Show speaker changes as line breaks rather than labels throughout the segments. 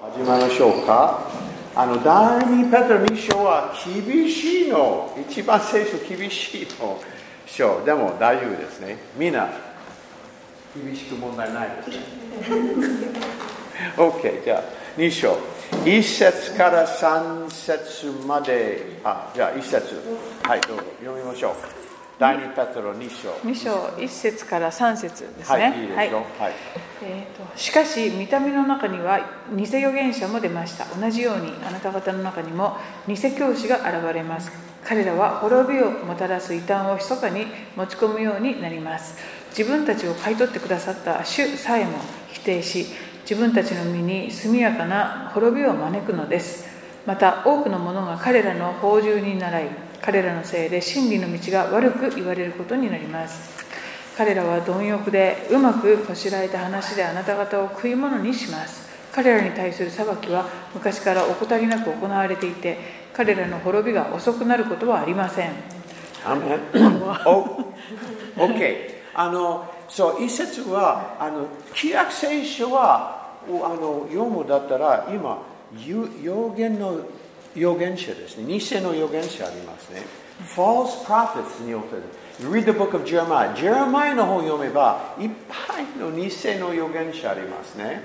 始めましょうかあの第二ペトロ2章は厳しいの一番聖書厳しいの章でも大丈夫ですねみんな厳しく問題ないですね OK じゃあ2章1節から3節まであじゃあ1節はいどうぞ読みましょう第二ペトロ2章
2章1節から3節です
は
ね。
いいいですよ
は
は
い
い
えーとしかし、見た目の中には偽預言者も出ました。同じように、あなた方の中にも偽教師が現れます。彼らは滅びをもたらす異端を密かに持ち込むようになります。自分たちを買い取ってくださった主さえも否定し、自分たちの身に速やかな滅びを招くのです。また多くの者が彼らの法従に倣い彼らのせいで真理の道が悪く言われることになります彼らは貪欲でうまくこしらえた話であなた方を食い物にします彼らに対する裁きは昔から怠りなく行われていて彼らの滅びが遅くなることはありません
Amen. o OK。あの、そう、一節は、あの、旧約聖書は、おあの、読むだったら、今、ゆ預言の預言者ですね。偽の預言者ありますね。false prophets によってです。You read the book of Jeremiah。Jeremiah の本を読めば、いっぱいの偽の預言者ありますね。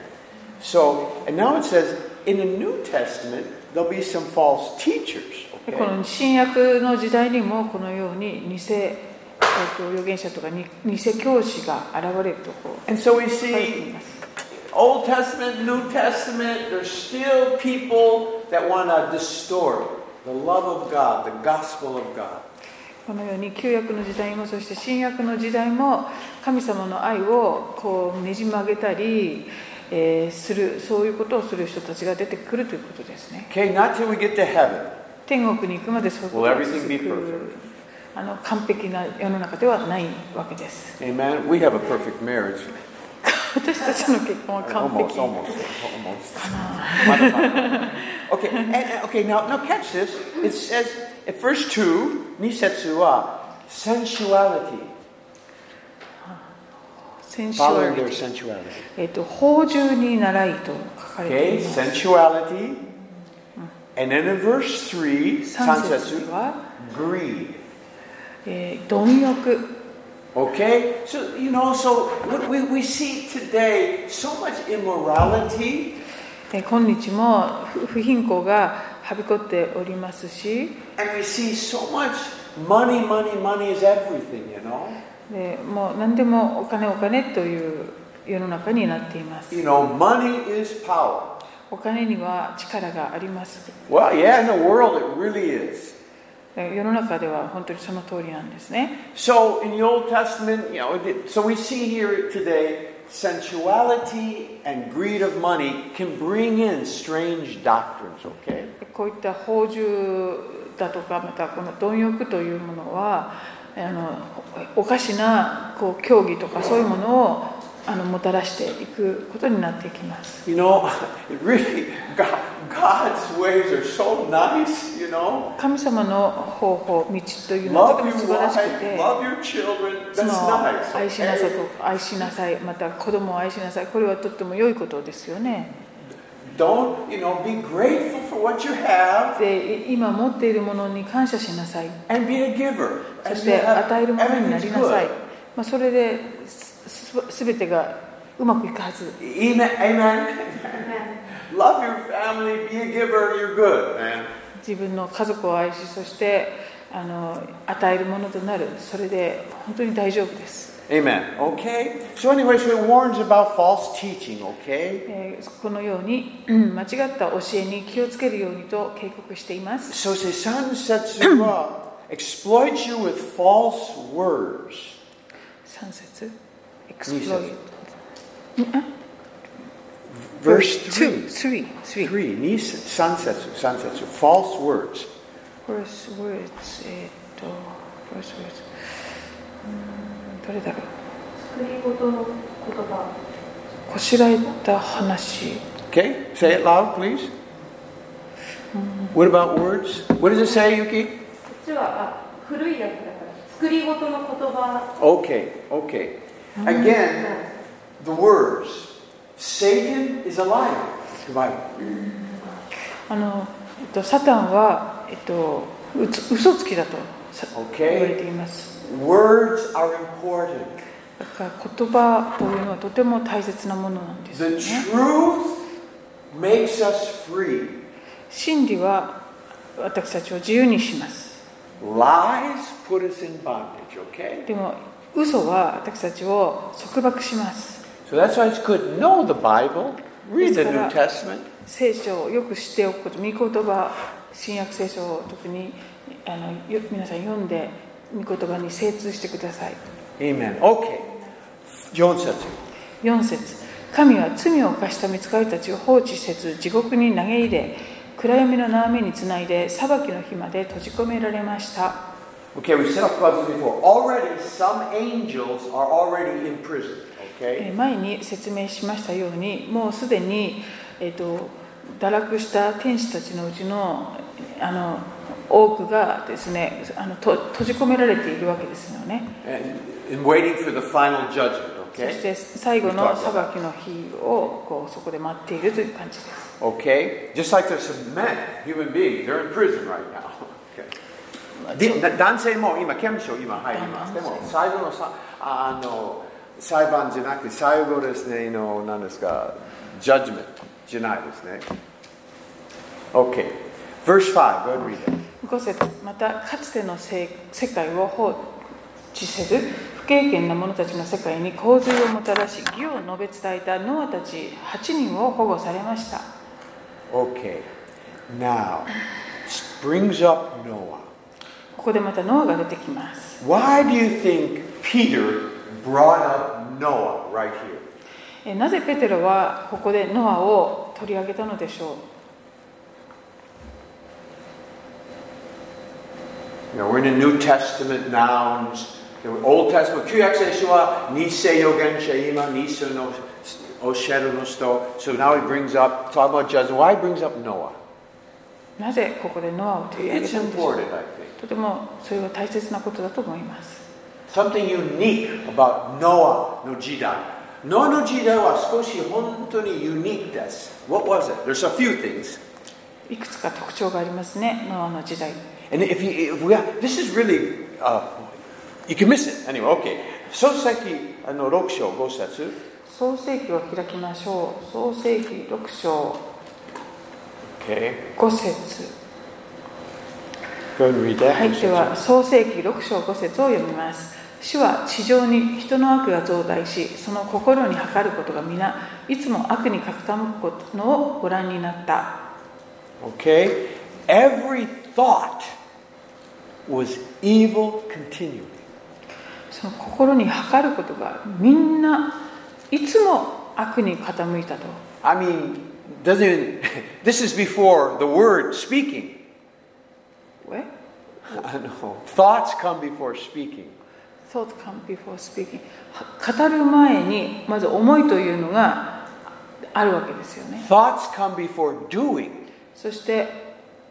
So, and now it says, in the New Testament, there'll be some false teachers.
で
okay?
この新約の時代にもこのように偽、えっと預言者とかに偽教師が現れるとこ
And so we
書いてい
see
ます
Old Testament, New Testament, there's still people that want to distort the love of God, the gospel of God.
このように旧約の時代もそして新約の時代も神様の愛をこうねじ曲げたり、えーするそういうことをする人たちが出てくるということですね
Okay, not till we get to heaven.
天国に行くまでそういうこ
Will
とが
everything
続
be
くあの完璧な世の中ではないわけです
Amen. We have a perfect marriage.
私たちの結婚は完
Almost,
璧
almost, almost. okay, and, and- okay. Now, now catch this. It says at verse two, nisetsu wa sensuality,
先週
following
は、
their sensuality.
えー、と法従に習いと書かれて
Okay,
います
sensuality. And then in verse 3,
3節
sansetsu,
は、
greed.
えー貪欲
Okay? So, you know, so what we, we see today so much immorality,
えー今日も不不貧困がはびこっておりますし
and we see so much money, money, money is everything, you know?
でもう何でもお金お金という世の中になっています
You know, money is power.
お金には力があります
Well, yeah, in the world it really is.
えー世の中では本当にその通りなんですね
So, in the Old Testament, you know, it- so we see here today sensuality and greed of money can bring in strange doctrines, okay?
こういった宝珠だとかまたこの貪欲というものはあのおおかしなこう教義とかそういうものをあのもたらしていくことになっていきます
You know, it really, God, God's ways are so nice, you know?
神様の方法道というのはと
Love
ても
your
素晴
wife,
らしく
love
て
your children.
妻
That's
を愛
nice.
しなさい
Okay?
と愛しなさいまた子供を愛しなさいこれはとっても良いことですよね
Don't, you know, be grateful for what you have
でい今持っているものに感謝しなさい
and be a giver.
そ
And
し
you
て
have
与えるものにな
everything's
りなさい
good.、
まあ、それですすべてがうまくいくはず
Amen. Amen. Love your family, be a giver, you're good, man.
自分の家族を愛しそしてあの与えるものとなるそれで本当に大丈夫です、
Amen. Okay? So, anyway, so it warns about false teaching, okay?
えーこのようにうん間違った教えに気をつけるようにと警告しています
So, say, Satan sets you up, exploits you with false words.
3
節
節 exploit
Verse 3.
3 3
3. Ni sansetsu, sansetsu, false words.
first words えーっと first words うーんどれだろう
作り事の言葉
こしらえた話
Okay? Say it loud, please. What about words? What does it say, Yuki?
こっちはあ古いやつだから作り事の言葉
Okay, okay. Again, the words. Satan is a liar. the Bible.
あの、えっと、サタンは、えっと、うつ嘘つきだとさ
Okay.
言われています。
Words are important.
だから言葉というのはとても大切なものなんですよ
The
ね。
truth makes us free.
真理は私たちを自由にします。
Lies put us in bondage, okay?
でも嘘は私たちを束縛します。
So that's why it's good. Know the Bible, read the New
Yes,
Testament.
聖書をよく知っておくこと、御言葉、新約聖書を特にあのよ皆さん読んで、御言葉に精通してください。
Amen. Okay. 4節。
4節神は罪を犯した見つかりたちを放置せず地獄に投げ入れ暗闇の縄目につないで裁きの日まで閉じ込められました
Okay, we set up clubs before. Already some angels are already in prison,
え
okay?
ー前に説明しましたようにもうすでに、えー、と堕落した天使たちのうちのあの多くがですねあのと閉じ込められているわけですよね、
And, and waiting for the final judgment,
そし
okay?
て最後の裁きの日をこうそこで待っているという感じです
Okay? Just like there's some men, human beings, they're in prison right now. Okay. でな男性も今、刑務所今入ります。でも最後のさあの裁判じゃなくて、最後ですね、の何ですか、ジャッジメントじゃないですね。OK。Verse 5, go and read it.
5節またかつてのせ世界を放置せず不経験な者たちの世界に洪水をもたらし義を述べ伝えたノアたち8人を保護されました
OK。Now, brings up Noah.
ここでまたノアが出てきます
Why do you think Peter brought up Noah right here?
えなぜペテロはここでノアを取り上げたのでしょ
You know, we're in the New Testament nouns. The Old Testament, 旧約聖書は二世予言者今、二世のおっしゃるの人。So now he brings up, talk about judgment. Why he brings up Noah?
うなぜここでノアを取り上げ
It's
たのでしょう
important, I think.
とてもそれは大切なことだと思います
Something unique about Noah の時代。ノアの時代は少し本当にユニークです。What was it? There's a few things.
いくつか特徴がありますねノアの時代
And if you, if we have, this is really, uh, you can miss it. Anyway, okay. 創世記あの6章5節。
創世記を開きましょう創世記6章
Okay.
5節
Go and read that.
はい、では創世記6章5節を読みます。主は地上に人の悪が増大し、その心に計ることが皆、いつも悪に傾くことのをご覧になった。
Okay? Every thought was evil continually.
その心に計ることがみんないつも悪に傾いたと。
I mean, doesn't even, this is before the word speaking.
え
I know. Thoughts come before speaking.
?thought come before speaking。語る前に、まず思いというのがあるわけですよね。
Thoughts come before doing.
そして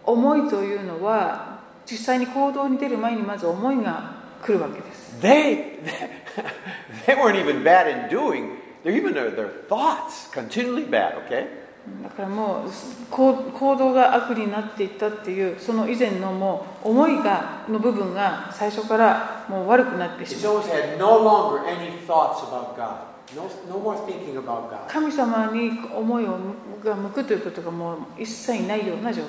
思いというのは実際に行動に出る前にまず思いが来るわけです
They, they weren't even bad in doing. They're even their, their thoughts continually bad, okay?
だからもうこう行動が悪になっていったっていうその以前のもう思いがの部分が最初からもう悪くなってし
It's
ま
always
う
had no longer any thoughts about God. No, no more thinking about God.
神様に思いを向が向くということがもう一切ないような状況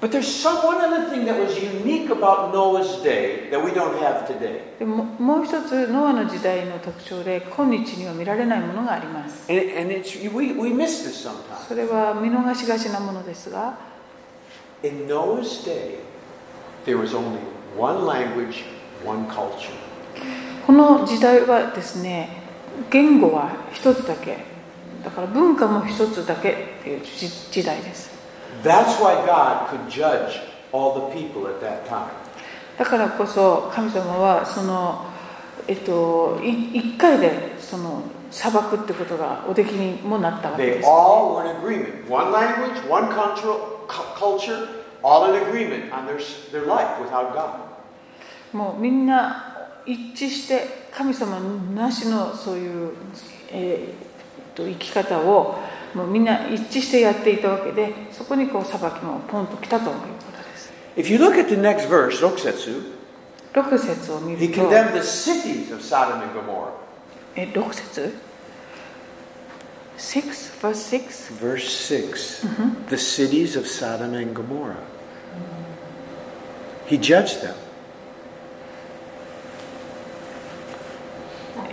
But there's some one other thing that was unique about Noah's day that we don't have today.
でももう一つノアの時代の特徴で今日には見られないものがあります
And, and it's, we, we miss this sometimes.
それは見逃しがちなものですが
In Noah's day, there was only one language, one culture.
この時代はですね言語は一つだけだから文化も一つだけっていう時時代です
That's why God could judge all the people at that time.
だからこそ神様はそのえっとい一回でその裁くってことがおできにもなったわけ
They
です
all were in agreement. One language, one cultural, cu- culture, all in agreement on their, s- their life without God.
もうみんな一致して神様なしのそういう、えーえっと生き方をもうみんな一致してやっていたわけでそこにこう裁きもポンと来たということです
If you look at the next verse, 6節
6節を見
he
ると
condemned the cities of Sodom and Gomorrah.
え6節 ?6 verse 6
Verse 6 The cities of Sodom and Gomorrah. He judged them.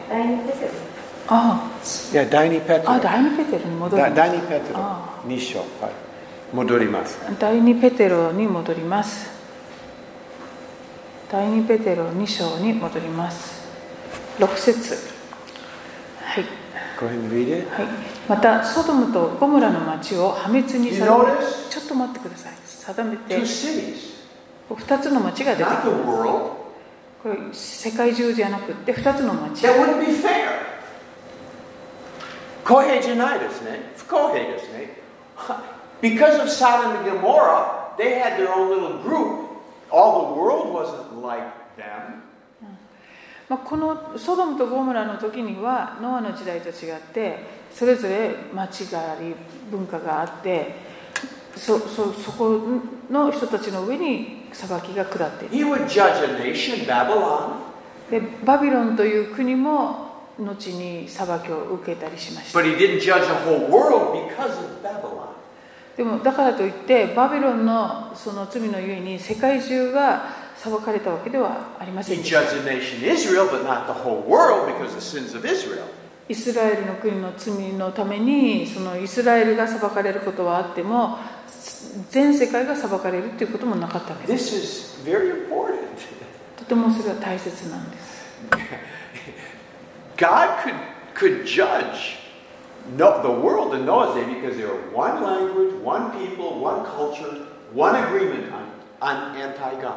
第二ですよね。
あ
Yeah, Daini
ああ
Petro.
第二ペテロに戻る
Daini Petro.
ああ。
2章。はい。戻ります。
第二ペテロに戻ります第二ペテロ2章に戻ります6節はい
Go ahead and read it.
はい、またソドムとゴムラの町を破滅に定
You
め
notice?
ちょっと待ってください定めて
Two cities,
2つの町が出てく
not
る
the world.
これ世界中じゃなくって2つの町
That wouldn't be fair. 公平じゃないですね。不公平ですね。Because of Sodom and Gomorrah, they had their own little group. All the world wasn't like them.
まあ、このソドムとゴムラの時にはノアの時代と違ってそれぞれ町があり文化があってそそそこの人たちの上に裁きが下っている
He would judge a nation, Babylon,
でバビロンという国も後に裁きを受けたりしました
but he didn't judge the whole world because of Babylon.
でもだからといってバビロンのその罪のゆえに世界中が裁かれたわけではありません
He
でした
judged the nation Israel, but not the whole world because of the sins of Israel.
イスラエルの国の罪のためにそのイスラエルが裁かれることはあっても全世界が裁かれるということもなかったわけです
This is very important.
とてもそれは大切なんです
God could, could judge no, the world in Noah's day because they were one language, one people, one culture, one agreement on, on anti God.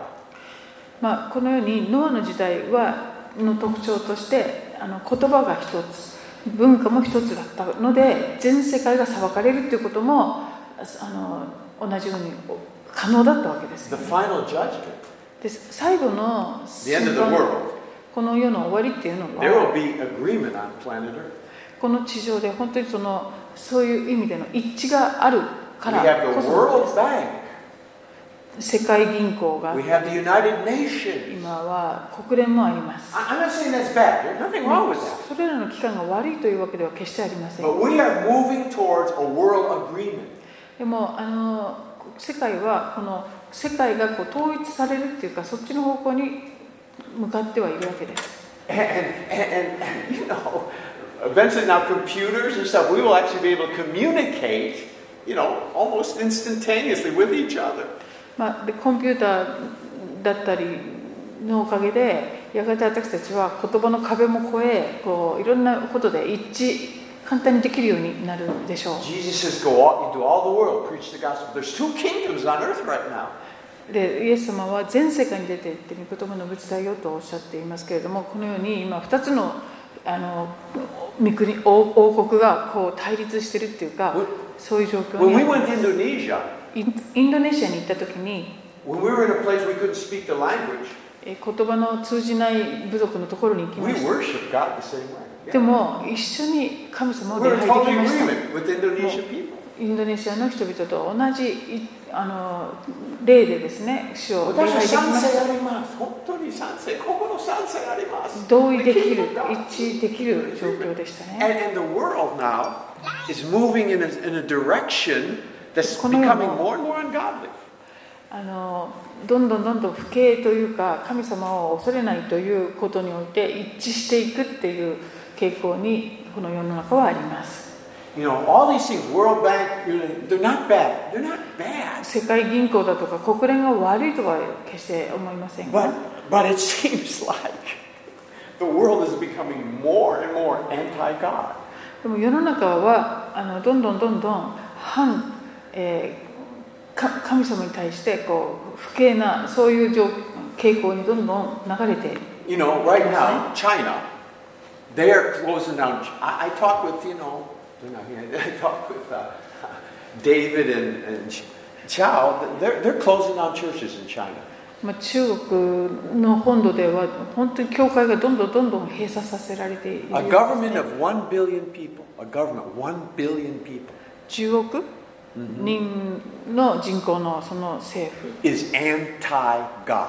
まあ、このようにノアの時代はの特徴としてあの言葉が一つ文化も一つだったので全世界が裁かれるということもあの同じように可能だったわけです
The
よね、
final judgment,
で最後の
the end of the
審判
world,
この世の終わりっていうの
there will
は
be agreement on planet Earth.
この地上で本当にそのそういう意味での一致がある
We
からこ
have the
そなんで
World Bank,
す世界銀行が
we have the United Nations.
今は国連もあります、
I- I'm not saying that's bad, there's nothing wrong with that.
それらの機関が悪いというわけでは決してありません
But we are moving towards a world agreement.
でもあの世界はこの世界がこう統一されるっていうかそっちの方向に向かってはいるわけです。
And, and, and, and you know, eventually now computers and stuff, we will actually be able to communicate, you know, almost instantaneously with each other.
まあ、でコンピューターだったりのおかげでやがて私たちは言葉の壁も越えこういろんなことで一致簡単にできるようになるでしょ
Jesus says, go out into all the world, preach the gospel. There's two kingdoms on earth right now.
うでイエス様は全世界に出て行って御言葉の仏だよとおっしゃっていますけれどもこのように今2つのあの御国王王国がこう対立してるっていうかそういう状況
When
に
we went to Indonesia,
インインドネシアに行った時に
when we were in a place we couldn't speak the language,
えー言葉の通じない部族のところに行き
we
まし
worship God the same way.
た
Yeah.
でも一緒に神様を礼
We're
拝
in
でき
total
ました
agreement with Indonesian people.
インドネシアの人々と同じいあの例でですね主を礼拝できまし
私
た
は賛成あります。本当に賛成。心賛成あります。
同意でき
The
る
kingdom of God.
一致できる状況でしたね
And, and the world now is moving in a, in a direction that's
この世も-
becoming more and more ungodly.
あのどんどんどんどん不敬というか神様を恐れないということにおいて一致していくっていう傾向にこの世の中はあります
You know, all these things, World Bank, you know, they're not bad. They're not bad.
世界銀行だとか国連が悪いとは決して思いませんが
But, but it seems like the world is becoming more and more anti God.
でも世の中はあのどんどんどんどん反、えーか神様に対してこう不敬なそういう状傾向にどんどん流れて
You know, right now, China, they are closing down. I, I talked with, you know, they're not here. I talked with uh, David and, and Chow. They're, they're closing down churches in China.
まあ中国の本土では本当に教会がどんどんどんどん閉鎖させられている
A government of 1 billion people, a government, 1 billion people,
10億人の人口のその政府
is anti God.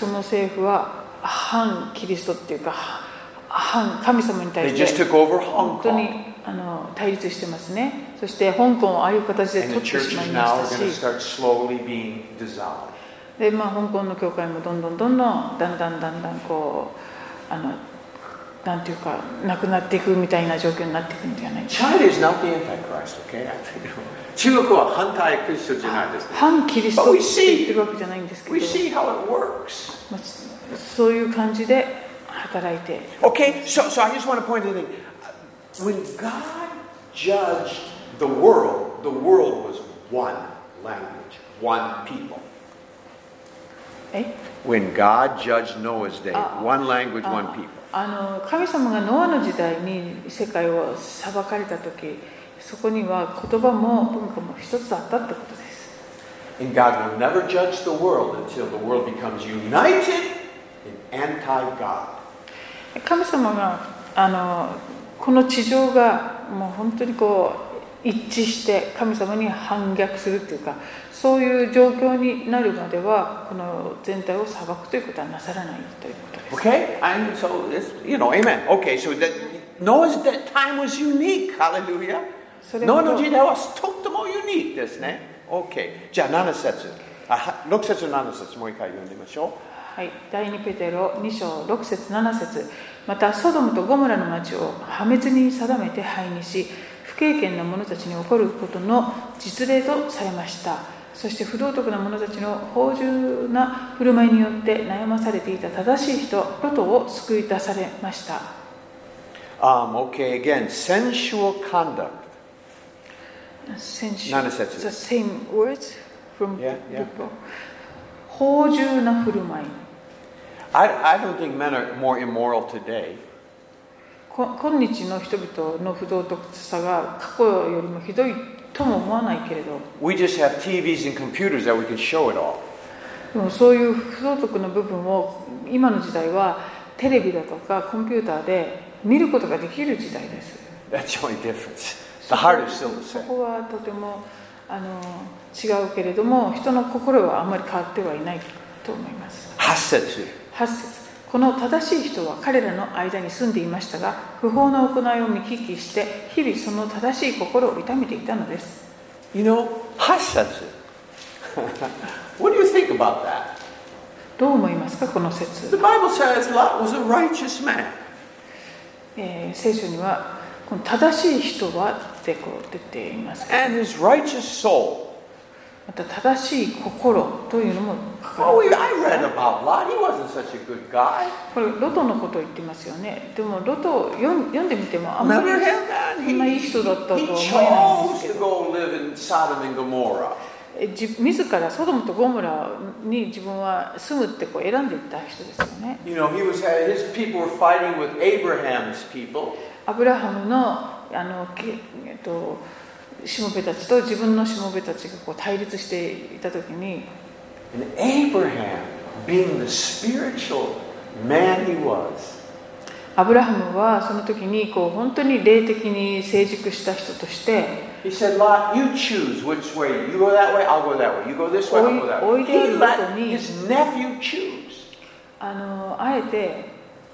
その政府は反キリストっていうか反神様に対
They
し
just
て
took over
本
Hong
当に
Kong.
あの対立してますねそして香港をああいう形で
And
取
the
ってし
churches
まいま
now are
した
going to
し
start slowly being dissolved.
で、まあ、香港の教会もどんどんどんどんだんだんだんだんこうあのなんていうかなくなっていくみたいな状況になっていくんじゃない
China is not the Antichrist, okay? 中国は反対クリストじゃないです。
反キリスト
But
っ
we
て
see-
言ってるわけじゃないんですけど
We、see how it works.
まあ、そそういう感じで働いて
Okay, so, so I just want to point out a thing. When God judged the world, the world was one language, one people.
え
When God judged Noah's day,
Ah.
one language,
あ
one people.
あの神様がノアの時代に世界を裁かれた時そこには言葉も文化も一つだったってことです
And God will never judge the world until the world becomes united in anti God.
神様があのこの地上がもう本当にこう一致して神様に反逆するっていうかそういう状況になるまではこの全体を裁くということはなさらないということです
Okay? And so, it's, you know, amen. Okay, so that Noah's that time was unique. Hallelujah.
それほど-
ノアの時代はとってもユニークですね。OK。じゃあ7節。あは6節7節もう一回読んでみましょ
はい、第2ペテロ2章6節7節またソドムとゴムラの町を破滅に定めて灰にし不経験な者たちに起こることの実例とされましたそして不道徳な者たちの芳醇な振る舞いによって悩まされていた正しい人ロトを救い出されました
う。Um, OK, again, sensual conduct.
先週
7節
The same words from
Yeah, yeah.
before. 芳醇な振る舞い
I, I don't think men are more immoral today.
こ今日の人々の不道徳さが過去よりもひどいとも思わないけれど
We just have TVs and computers that we can show it all.
でもそういう不道徳の部分を今の時代はテレビだとかコンピューターで見ることができる時代です
That's the only difference. The heart is still the
そ
same.
こはとてもあの違うけれども人の心はあんまり変わってはいないと思います
8節。
8節この正しい人は彼らの間に住んでいましたが不法な行いを見聞きして日々その正しい心を痛めていたのです
You know, 8節。What do you think about that?
どう思いますかこの
The
説、
Bible says Lot was a righteous man.
えー聖書にはこの正しい人はってこう出ていますけど
and his righteous soul.
また正しい心というのも書か
Oh,
れ
we,
てい
I
ます
read about Lot. He wasn't such a good guy.
これロトのことを言ってますよねでもロトを読ん読んでみてもあんまり
Remember him, man?
そんないい人だったとは
he
思
chose
えないんです
to
けど
go live in Sodom and Gomorrah.
え自自らソドムとゴムラに自分は住むってこう選んでいった人ですよね
You know, he was uh, his people were fighting with Abraham's people.
アブラハムのあの、けえっと、しもべたちと自分のしもべたちがこう対立していた時に
And Abraham, being the spiritual man he was,
アブラハムはその時にこう本当に霊的に成熟した人として
he said, Lot, you choose which way. You go that way, I'll go that way. You go this way, I'll go that way. He let his nephew choose.
あのあえて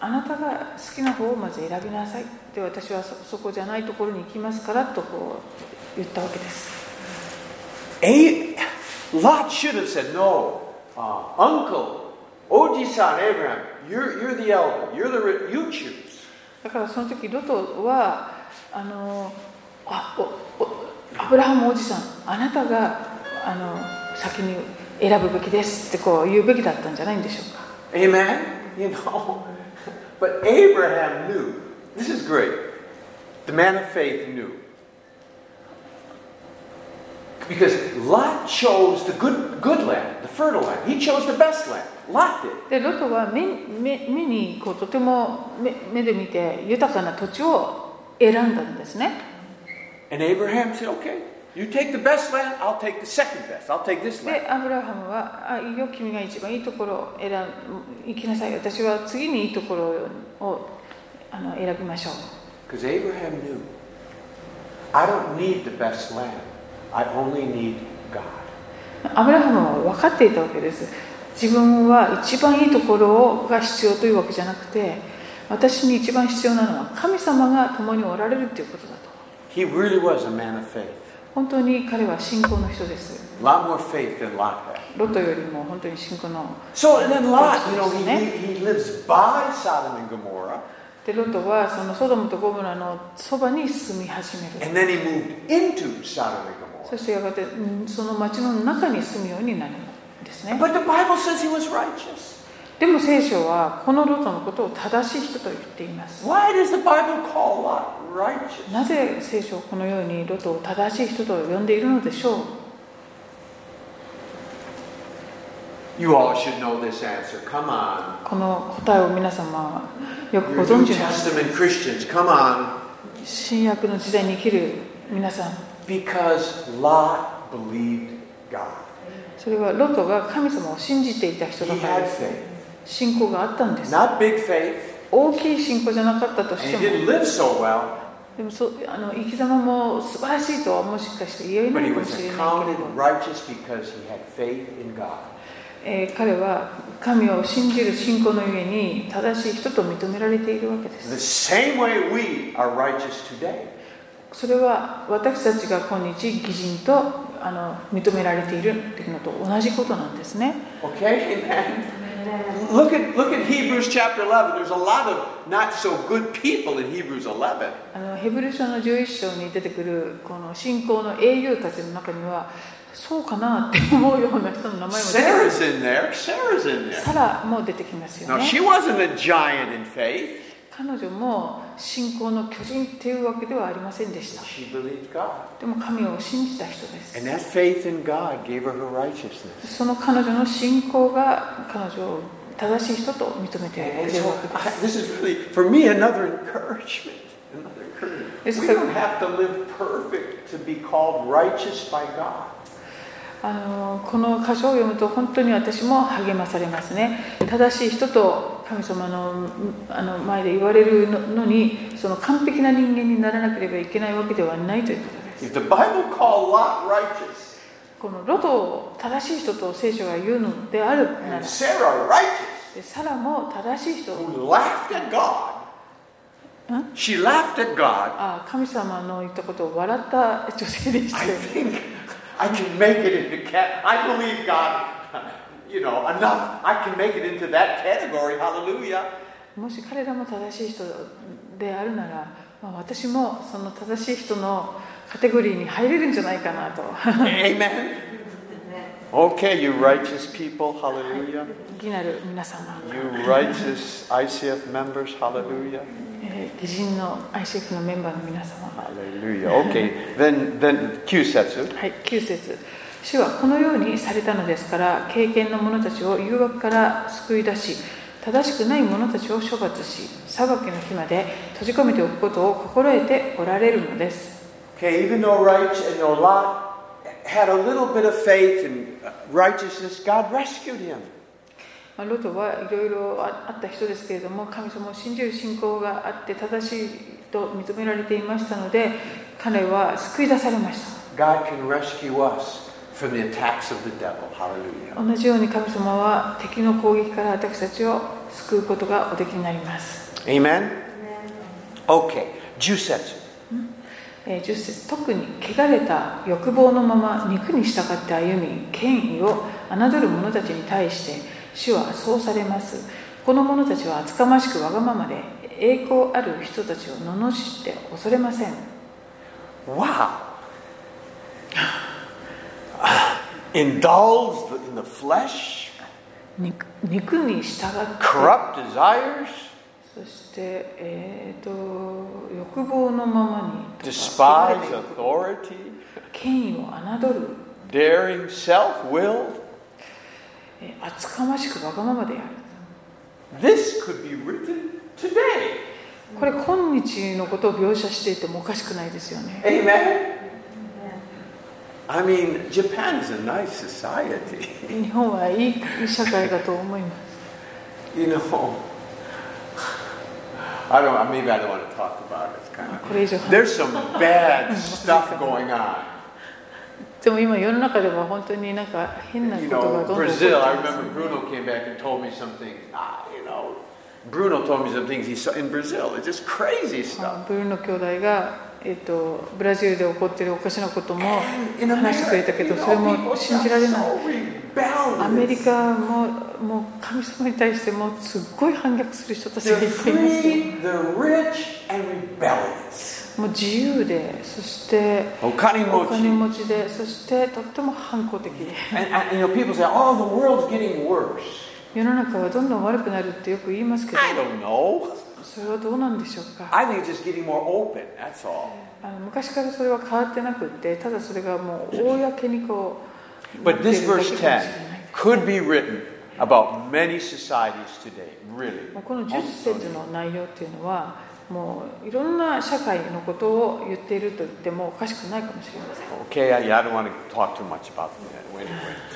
あなたが好きな方をまず選びなさいで私はそそこじゃないところに行きますからとこう言ったわけです
A, Lot should have said, No, uh, Uncle, Oji-san, Abraham, you're, you're the elder. You're the, ri- you choose.
だからその時ロトはあのあおおアブラハムおじさんあなたがあの先に選ぶべきですってこう言うべきだったんじゃないんでしょうか
Amen? You know? But Abraham knew. This is great. The man of faith knew. Because Lot chose the good, good land, the fertile land. He chose the best land. Lot did.
でロトは目目目にこうとても目目で見て豊かな土地を選んだんですね
And Abraham said, Okay, you take the best land, I'll take the second best. I'll take this land.
でアブラハムは「あいいよ君が一番いいところを選ん行きなさい私は次にいいところをあの選びましょう
Because Abraham knew I don't need the best lamb. I only need God.
アブラハムは分かっていたわけです自分は一番いいところが必要というわけじゃなくて私に一番必要なのは神様が共におられるということだと
He really was a man of faith.
本当に彼は信仰の人です
A lot more faith than Lot had.
ロトよりも本当に信仰の
So, and then Lot, you know, he,
Yeah.
he, he lives by Sodom and Gomorrah,
でロトはそのソドムとゴムラのそばに住み始める
and then he moved into Sodom and Gomorrah.
そしてやがてうんその町の中に住むようになるんですね
But the Bible says he was righteous.
でも聖書はこのロトのことを正しい人と言っています
Why does the Bible call Lot righteous?
なぜ聖書はこのようにロトを正しい人と呼んでいるのでしょう
You all should know this answer. Come on.
この答えを皆様よくご
You're
存
New
知の
Testament Christians, come on.
新約の時代に生きる皆さん
Because Lot believed God.
それはロトが神様を信じていた人
He
だから
had
です
faith.
信仰があったんです
Not big faith,
大きい信仰じゃなかったと
and
し
he
ても
didn't live so well,
でもそうあの生き様も素晴らしいとはもしかして言え
but
な
he
いかも
was
しれないけれ
accounted
ど、
righteous because he had faith in God.
えー彼は神を信じる信仰のゆえに正しい人と認められているわけです
The same way we are righteous today.
それは私たちが今日義人とあの認められているというのと同じことなんですね
Okay? Amen. Look at look at Hebrews chapter 11. There's a lot of not so good people in Hebrews 11.
あのヘブル書の11章に出てくるこの信仰の英雄たちの中にはそうかなって思うような人の名前も出てく
Sarah's in there. Sarah's in
る
there.
サラも出てきますよ
Now
ね
she wasn't a giant in faith.
彼女も信仰の巨人っていうわけではありませんでした
She believed God.
でも神を信じた人で
And
す
that faith in God gave her her righteousness.
その彼女の信仰が彼女を正しい人と認めてく
And
れる
so
わけで
I,
す
this is really, for me, another encouragement. Another encouragement.
It's
we
the-
don't have to live perfect to be called righteous by God.
あのこの箇所を読むと本当に私も励まされますね正しい人と神様のうんあの前で言われるののにその完璧な人間にならなければいけないわけではないということです
If the Bible called Lot righteous
このロトを正しい人と聖書が言うのであるなら
and Sarah righteous,
でサラも正しい人
who laughed at God.
Huh?
She laughed at God.
あ神様の言ったことを笑った女性でした
I
よ
think
ね
I can make it into cat. I believe God. You know enough. I can make it into that category. Hallelujah.
もし彼らも正しい人であるなら、まあ、私もその正しい人のカテゴリーに入れるんじゃないかなと
Amen. Okay, you righteous people. Hallelujah.
気になる皆様
You righteous ICF members. Hallelujah.
えー、義人の ICF のメンバーの皆様が、
Hallelujah. Okay. Then then Kyusetsu.
はい、9節主はこのようにされたのですから経験の者たちを誘惑から救い出し正しくない者たちを処罰し裁きの日まで閉じ込めておくことを心得ておられるのです
Okay, even though righteous and though Lot had a little bit of faith and righteousness, God rescued him.
まあロトはいろいろああった人ですけれども神様を信じる信仰があって正しいと認められていましたので彼は救い出されました
God can rescue us from the attacks of the devil. Hallelujah.
同じように神様は敵の攻撃から私たちを救うことがおできになります、
Amen? Okay. Jusetsu.
えー10節特に汚れた欲望のまま肉に従って歩み権威を侮る者たちに対して主はそうされますこの者たちは厚かましくわがままで栄光ある人たちを罵って恐れません
Wow. Indulge in the flesh,
肉肉に従って
corrupt desires,
そして、えー、と欲望のままに
despise authority,
権威を侮る
daring, self willed.
えー厚かましくわがままでやる
This could be written today.
これ今日のことを描写していてもおかしくないですよね
Amen? I mean, Japan is a nice society.
日本はいい社会だと思います
You know, I don't. Maybe I don't want to talk about it. kind
これ以上
of. There's some bad stuff going on.
でも今世の中では本当になんか変なこ
You
とが
know,
どんどん起こって
Brazil, I
ます
remember Bruno came back and told me some things. Ah, you know, Bruno told me some things he saw in Brazil. It's just crazy
あ
stuff.
ブルーの兄弟が、えっとブラジルで起こってるおかしなことも
In
話してくれた
America,
け
you
どそれ
know,
も
people
信じられ
got
ない
so
アメリ
rebellious.
カももう神様に対してもうすっごい反逆する人たちが
They're
いっぱいいますよ
free, they're rich, and rebellious.
もう自由でそしてお金
And,
持ちでそしてとっても反抗的
and you know, people say, oh, the world's getting worse.
世の中はどんどん悪くなるってよく言いますけど
I don't know.
それはどうなんでしょうか
I think it's just getting more open, that's all.
あの昔からそれは変わってなくってただそれがもう公にこう
But this
なっ
verse
てるだけかもしれない
10 could be written about many societies today, really.
もうこの10節の内容っていうのはもういろんな社会のことを言っていると言ってもおかしくないかもしれません
Okay, I, I don't want to talk too much about that. Wait, wait.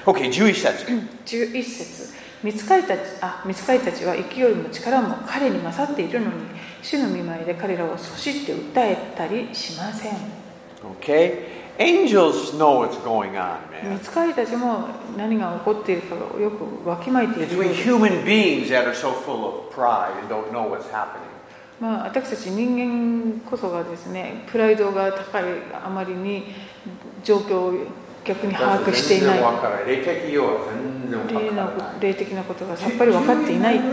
Okay, Jewish sets.
11節見つかいたちあ見つかいたちは勢いも力も彼に勝っているのに主の見舞いで彼らをそしって訴えたりしません
Okay? Angels know what's going on,
見
man.
つかいたちも何が起こっているかがよくわきまいてい
It's
るよう
we
です
human beings that are so full of pride and don't know what's happening.
まあ、私たち人間こそがですねプライドが高いあまりに状況を逆に把握していない霊の霊的なことがさっぱり分かっていない
Do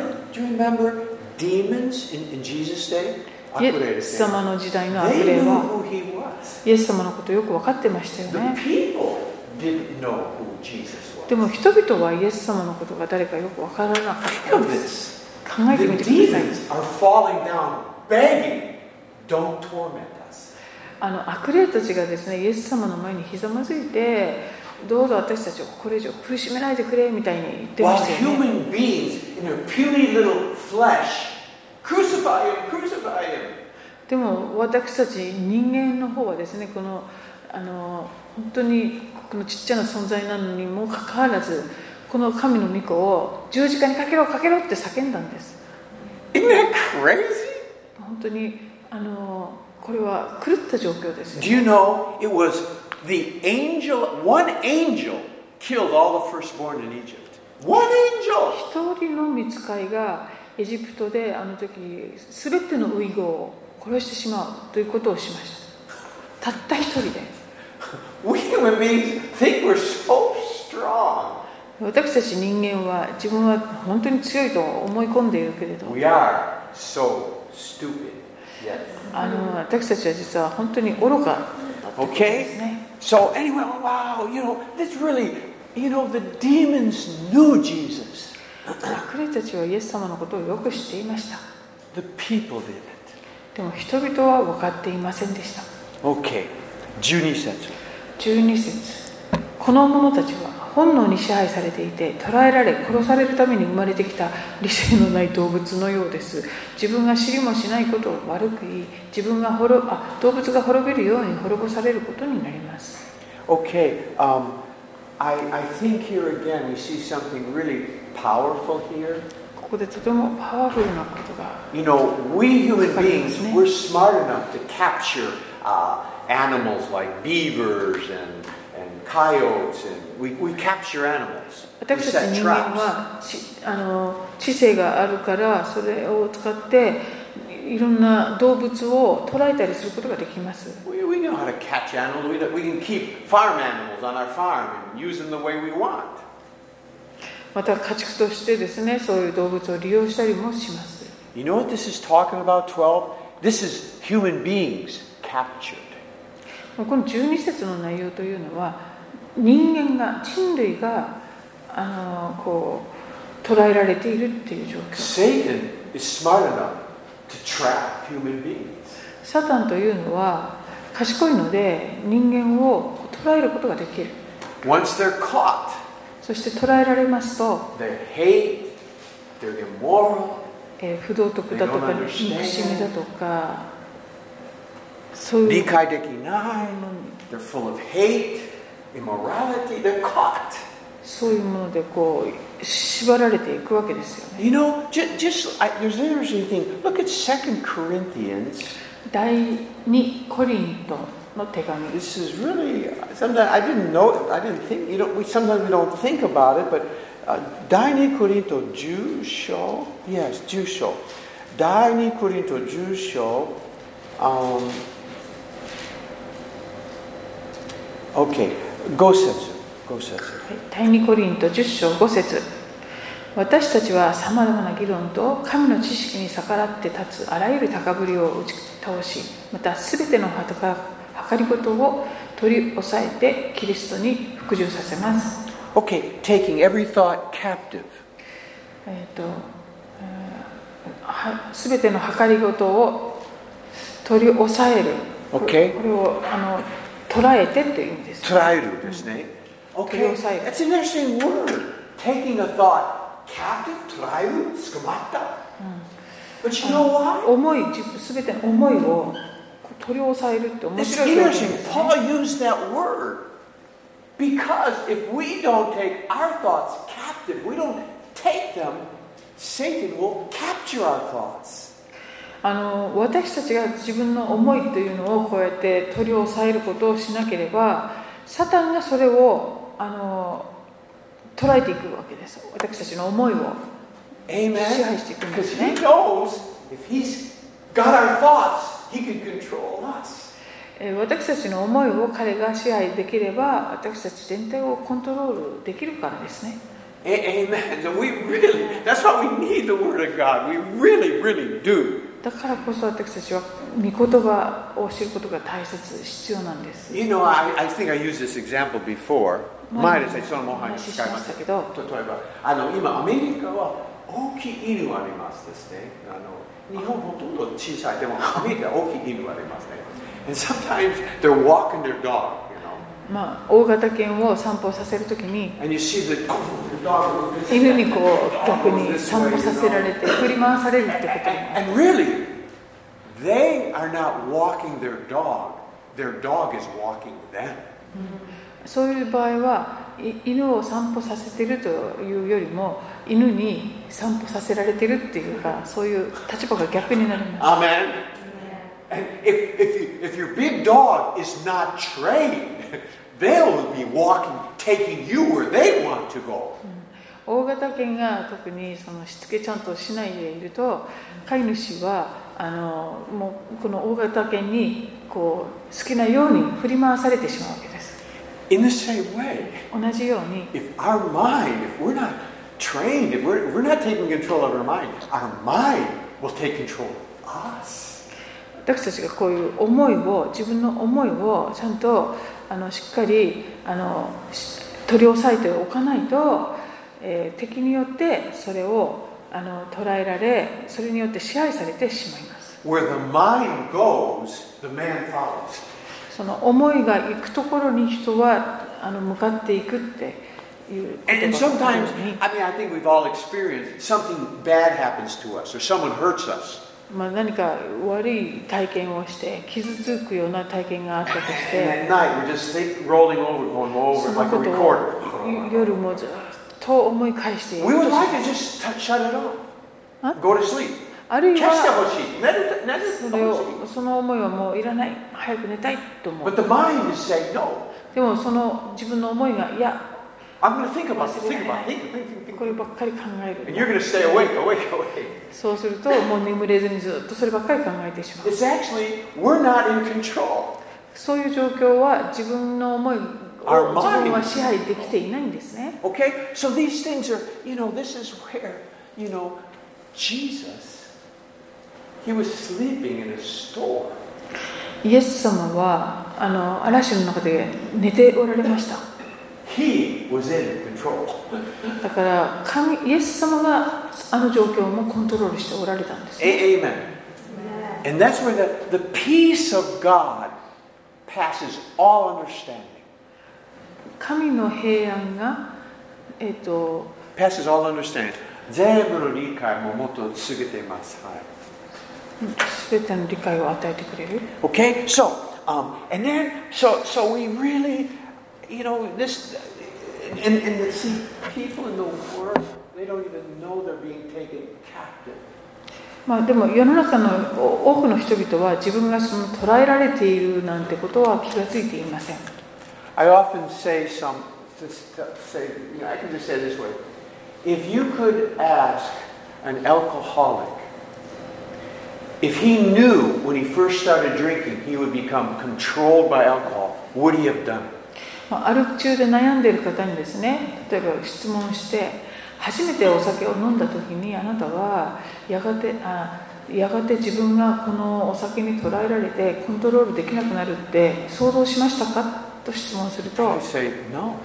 you remember- Do you remember demons in, in Jesus' day?
イ
悪霊で
エス
すね
様の時代の悪
They
霊
knew
は
who he was.
イエス様のことよく分かってましたよ
The
ね
people didn't know who Jesus
で
was.
も人々はイエス様のことが誰かよく分からなかっ
Think
たん
of
です
this.
考えてみ
The
てください
demons are falling down, begging, don't torment us.
あの悪霊たちがですねイエス様の前にひざまずいてどうぞ私たちをこれ以上苦しめないでくれみたいに言ってま
While
したよね
human beings in their puny little flesh, crucify him, crucify him.
でも私たち人間の方はですねこのあの本当にこのちっちゃな存在なのにもかかわらずこの神の御子を十字架にかけろかけろって叫んだんです
Isn't that crazy?
本当にあのこれは狂った状況ですよ
Do you know it was the angel, one angel killed all the firstborn in Egypt? One angel!
一人の見つかいがエジプトであの時全てのウイゴを殺してしまうということをしましたたった一人で
We human beings think we're so strong.
私たち人間は自分は本当に強いと思い込んでいるけれど
We are so stupid. Yes.
あの私たちは実は本当に愚かだったということですね。
So anyway, wow, you know, that's really, you know, the demons knew Jesus.
悪霊たちはイエス様のことをよく知っていました。
The people didn't.
でも人々は分かっていませんでした。
Okay, 12節。
12節この者たちは本能に支配されていて捕らえられ殺されるために生まれてきた理性のない動物のようです自分が知りもしないことを悪く言い自分が滅あ動物が滅びるように滅ぼされることになります
Okay, um, I, I think here again we see something really powerful here.
ここでとてもパワフルなことが
You know, we human
Like
beings,
this,
we're smart enough to capture uh, animals like beavers and, and coyotes, and we, we capture animals. We
私たち
set
人間
traps.
はちあの知性があるからそれを使っていろんな動物を捉えたりすることができます
We, we know how to catch animals. We, know- we can keep farm animals on our farm and use them the way we want.
また家畜としてですねそういう動物を利用したりもします
You know what this is talking about, 12? This is human beings captured.
もうこの12節の内容というのは人間が人類があのこう捉えられているっていう状況
Satan is smart enough to trap human beings.
サタンというのは賢いので人間を捉えることができる
Once they're caught,
そして捉えられますと
they hate, they're immoral.
えー不道徳だとか
They don't
憎
understand.
しみだとかそういう
Nikai deki nine, they're full of hate, immorality, they're caught.
そういうものでこう縛られていくわけですよね
You know, just, just I, there's an interesting thing. Look at 2 Corinthians
第2コリントの手紙
This is really sometimes I didn't know I didn't think you know we sometimes we don't think about it, but uh, 第二コリント10章 yes 10章第二コリント10章 um, OK 5節5節
第2コリント10章5節私たちはさまざまな議論と神の知識に逆らって立つあらゆる高ぶりを打ち倒しまた全てのはたか計り事を取り押さえてキリストに服従させます、
OK taking every thought captive
えーとえーは全ての計り事を取り押さえる、
OK
これをあの捉えてという意味です
捉えるですね。
取り押さえる
That's an interesting word. Taking a thought captive, 捉える、捕まった。But you know why?
思い自分全ての思いを取り押さえるって面
It's
白い表現で
interesting.
すね
Paul used that word because if we don't take our thoughts captive, we don't take them, Satan will capture our thoughts.
あの私たちが自分の思いというのをこうやって取り押さえることをしなければサタンがそれをあの捉えていくわけです私たちの思いを
Amen.
支配していくんですね。
Because he knows if he's got our thoughts, he can control us.
えー私たちの思いを彼が支配できれば私たち全体をコントロールできるからですね
A- Amen. So we really, that's why we need the Word of God. We really, really do.
だからこそ私たちは御言葉を知ることが大切必要なんです
You know, I, I think I used this example before. 前で最初のもお
前にお
話
話
し
し
し
し
ま
ま
し
したた
け
け
ど
ど
例えばあの今アメリカは大きい犬ありますですねあの日本ほとんど小さいでもアメリカ大きい犬ありますね and sometimes they're walking their dog you know
まあ大型犬を散歩させるときに
and you see the, the dog goes this way,
犬にこ
the
う
dog
逆
goes
に
this
散
way,
歩
you
させ
know.
られて振り回されるってことになる
And, and really, they are not walking their dog. Their dog is walking them.
そういう場合はい犬を散歩させてるというよりも犬に散歩させられてるっていうかそういう立場が逆になります
Amen. And if, if, you, if your big dog is not trained, they'll be walking, taking you where they want to go.
大型犬が特にそのしつけちゃんとしないでいると飼い主はあのもうこの大型犬にこう好きなように振り回されてしまうわけです
In the same way,
同じように
if our mind, if we're not trained, if we're, if we're not taking control of our mind, our mind will take control of us.
私たちがこういう思いを自分の思いをちゃんとあのしっかりあのし取り押さえておかないと、えー敵によってそれをあの捉えられそれによって支配されてしまいます
Where the mind goes, the man follows.
その思いが行くところに人はあの向かっていくっていう
And, and
言葉があるよ
sometimes,
うに
I mean, I think we've all experienced something bad happens to us or someone hurts us.
まあ、何か悪い体験をして傷つくような体験があったとし
And
て
at night, we're just think, rolling over, going
そ
over
の
like a
こと
recorder.
を夜もずっと思い返している
We would like to just t- shut it off.
Huh?
Go to sleep.
あるい
Catch
は
the hoshi. Let it, let
そ
it
れ
hoshi.
をその思いはもういらない早く寝たいと思
But
う
the mind is saying, no,
でもその自分の思いがいや
I'm going to think about this, think about it, think, think, think,
これ
think.
ばっかり考え
And
る
you're going to stay awake, awake, awake.
そうするともう眠れずにずっとそればっかり考えてしまう
It's actually, we're not in control.
そういう状況は自分の思いを自
Our mind.
分は支配できていないんですね
Okay? So these things are, you know, this is where, you know, Jesus, he was sleeping in a store.
イエス様はあの嵐の中で寝ておられました
He was in control.
だから神イエス様があの状況もコントロールしておられたんです、ね、
A- amen. And that's where the, the peace of God passes all understanding.
神の平安がえっ、と
Passes all understanding. 全部の理解ももっと過ぎてます。はい。
全ての理解を与えてくれる
Okay, so um, and then so so we really, you know, this and and see people in the world they don't even know they're being taken captive.
まあ、でも世の中の多くの人々は自分がその捉えられているなんてことは気がついていません
I often say some, just say, you know, I can just say it this way. If you could ask an alcoholic, if he knew when he first started drinking he would become controlled by alcohol, would he have done it?
まあ、アル中で悩んでいる方にですね例えば質問して初めてお酒を飲んだ時にあなたはやがてあやがて自分がこのお酒に捉えられてコントロールできなくなるって想像しましたかと質問すると
I say, no.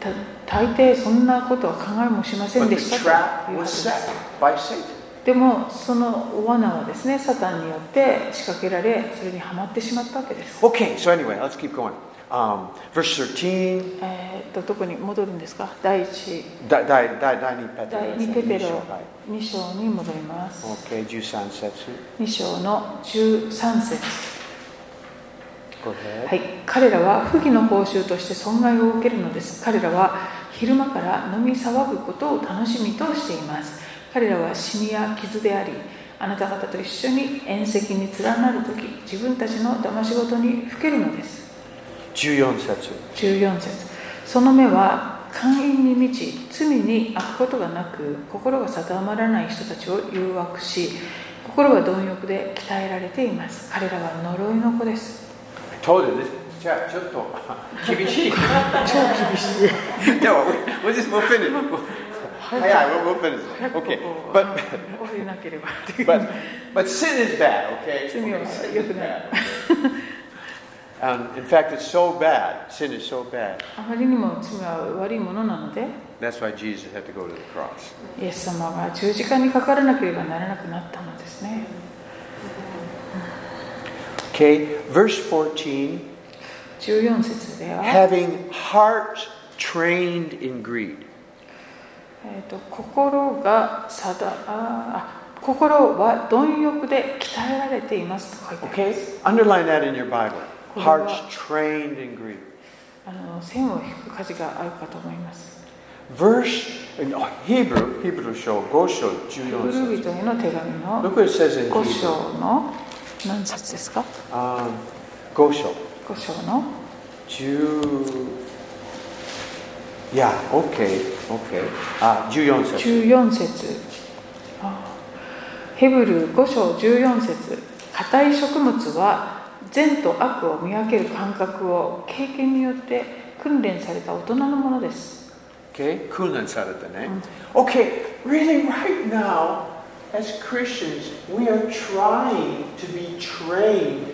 た大抵そんなことは考えもしません
But
で
the
したと
trap
いうことで
was
す
set by Satan.
でもその罠はですねサタンによって仕掛けられそれにはまってしまったわけです、
Okay, so anyway, let's keep going. Um, verse 13.
えーっとどこに戻るんですか第1
だ第第第2ペテロで
第
す
2
ね
ペテ
二章
ロ
はい
2章に戻ります、
OK、13節。
2章の13節
Go ahead.
はい、彼らは不義の報酬として損害を受けるのです彼らは昼間から飲み騒ぐことを楽しみとしています彼らはシミや傷でありあなた方と一緒に宴席に連なる時自分たちの騙し事にふけるのです
14節。
14節その目は寛因に満ち罪に悪くことがなく心が定まらない人たちを誘惑し心は貪欲で鍛えられています彼らは呪いの子です
I told you this. じゃあちょっ と厳しい。超 厳しい。でも、we'll just we'll finish. はいはい、we'll we'll finish.
こ こ
Okay.
を
But
あの降りなければ
but but sin is bad. Okay.
罪は
Okay, sin
良く
is
な
bad.
い
Um, in fact, it's so bad. Sin is so bad.
あまりにも罪は悪いものなので
That's why Jesus had to go to the cross.
イエス様が十字架にかからなければならなくなったのですね
Okay. Verse 14.
14節では
having hearts trained in greed.
えー、と心が定ああ心は貪欲で鍛えられていますと書いてあり
Okay?
ます。
Underline that in your Bible.
Well,
Hearts
what-
trained in greed.
あの線を引く価値があるかと思います。
Verse in Hebrew, Hebrew show, Gosho,
ヘブル
Juno.
人への手紙の
Look what it says in
5
Hebrew.
章の何節ですか
Um, Gosho.
5章の
Ju. Yeah, okay, okay. Ah, Juyon says.
14節あヘブル5章14節硬い食物は善と悪を見分ける感覚を経験によって訓練された大人のものです。
Okay, Kunan Saratane. Okay, really right now, as Christians, we are trying to be trained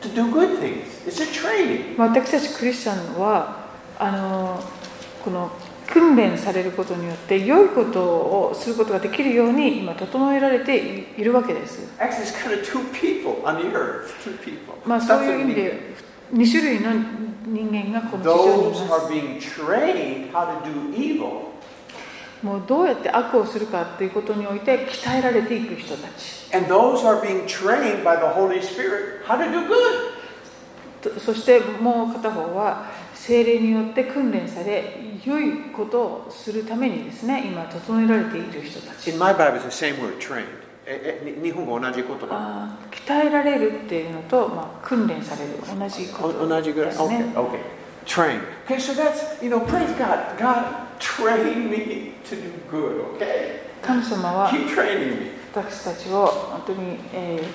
to do good things. It's a training.
私たちクリスチャンはあのこの訓練されることによって良いことをすることができるように今整えられていいるわけです、
Actually, it's kind of two people on the earth. Two people.
まあ、そういう意味で2種類の人間がこの地上に
Those
いま
are
す
being trained how to do evil,
もうどうやって悪をするかということにおいて鍛えられていく人たち
and those are being trained by the Holy Spirit how to do good.
とそしてもう片方は精霊によって訓練され良いことをするためにですね今整えられている人たち
In my Bible, it's the same word, trained. Eh, ええに日本語同じ言葉。
あー鍛えられるっていうのと、まあ、訓練される同じこと
同じぐらい
ですね
Okay, okay. Train. Okay, so that's, you know, praise God. God trained me to do good, okay?
神様は
Keep training me.
私たちを本当に、えーと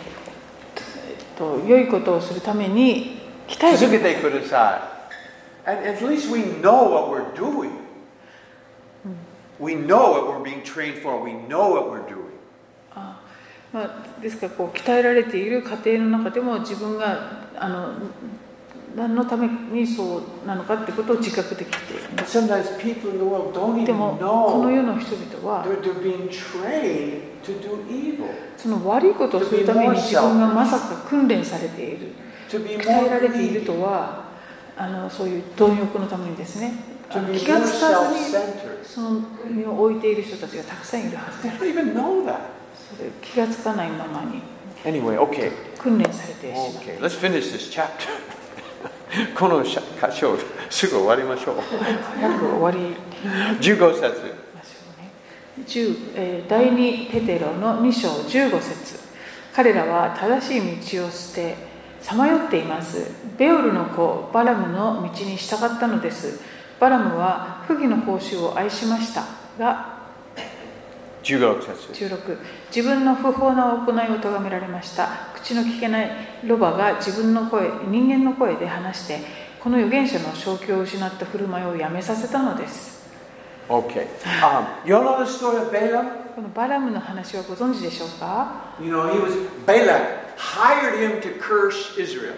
えっと良いことをするために鍛えて
Look at that good aside. And at least we know what we're doing. We know what we're being trained for. We know what we're doing.
あー、まあ、ですからこう鍛えられている過程の中でも自分があの何のためにそうなのかってことを自覚できている
And sometimes people in the world don't
で
even
もこの
know
世の人々は
they're, they're being trained to do evil,
その悪いことをするために自分がまさか訓練されている
to be
鍛えら
more
れている
greedy,
と
to
はあのそういう貪欲のためにですねあ
be
の
more
気がつかずに
self-centered.
その身を置いている人たちがたくさんいるはず
They
で
don't even know that.
それ気がつかないままに
Anyway, okay.
訓練されてしまう
Okay, let's finish this chapter. この箇所すぐ終わりましょう。
早く終わり
15節。
ましょうね10えー第2ペテロの2章15節彼らは正しい道を捨てさまよっていますベオルの子バラムの道に従ったのですバラムは不義の報酬を愛しましたが
16節
16自分の不法な行いを咎められました口の聞けないロバが自分の声人間の声で話してこの預言者の正気を失った振る舞いをやめさせたのです
Okay. Um, you all know the story of Balaam?
このバラムの話はご存知でしょうか
You know, he was Balak hired him to curse Israel.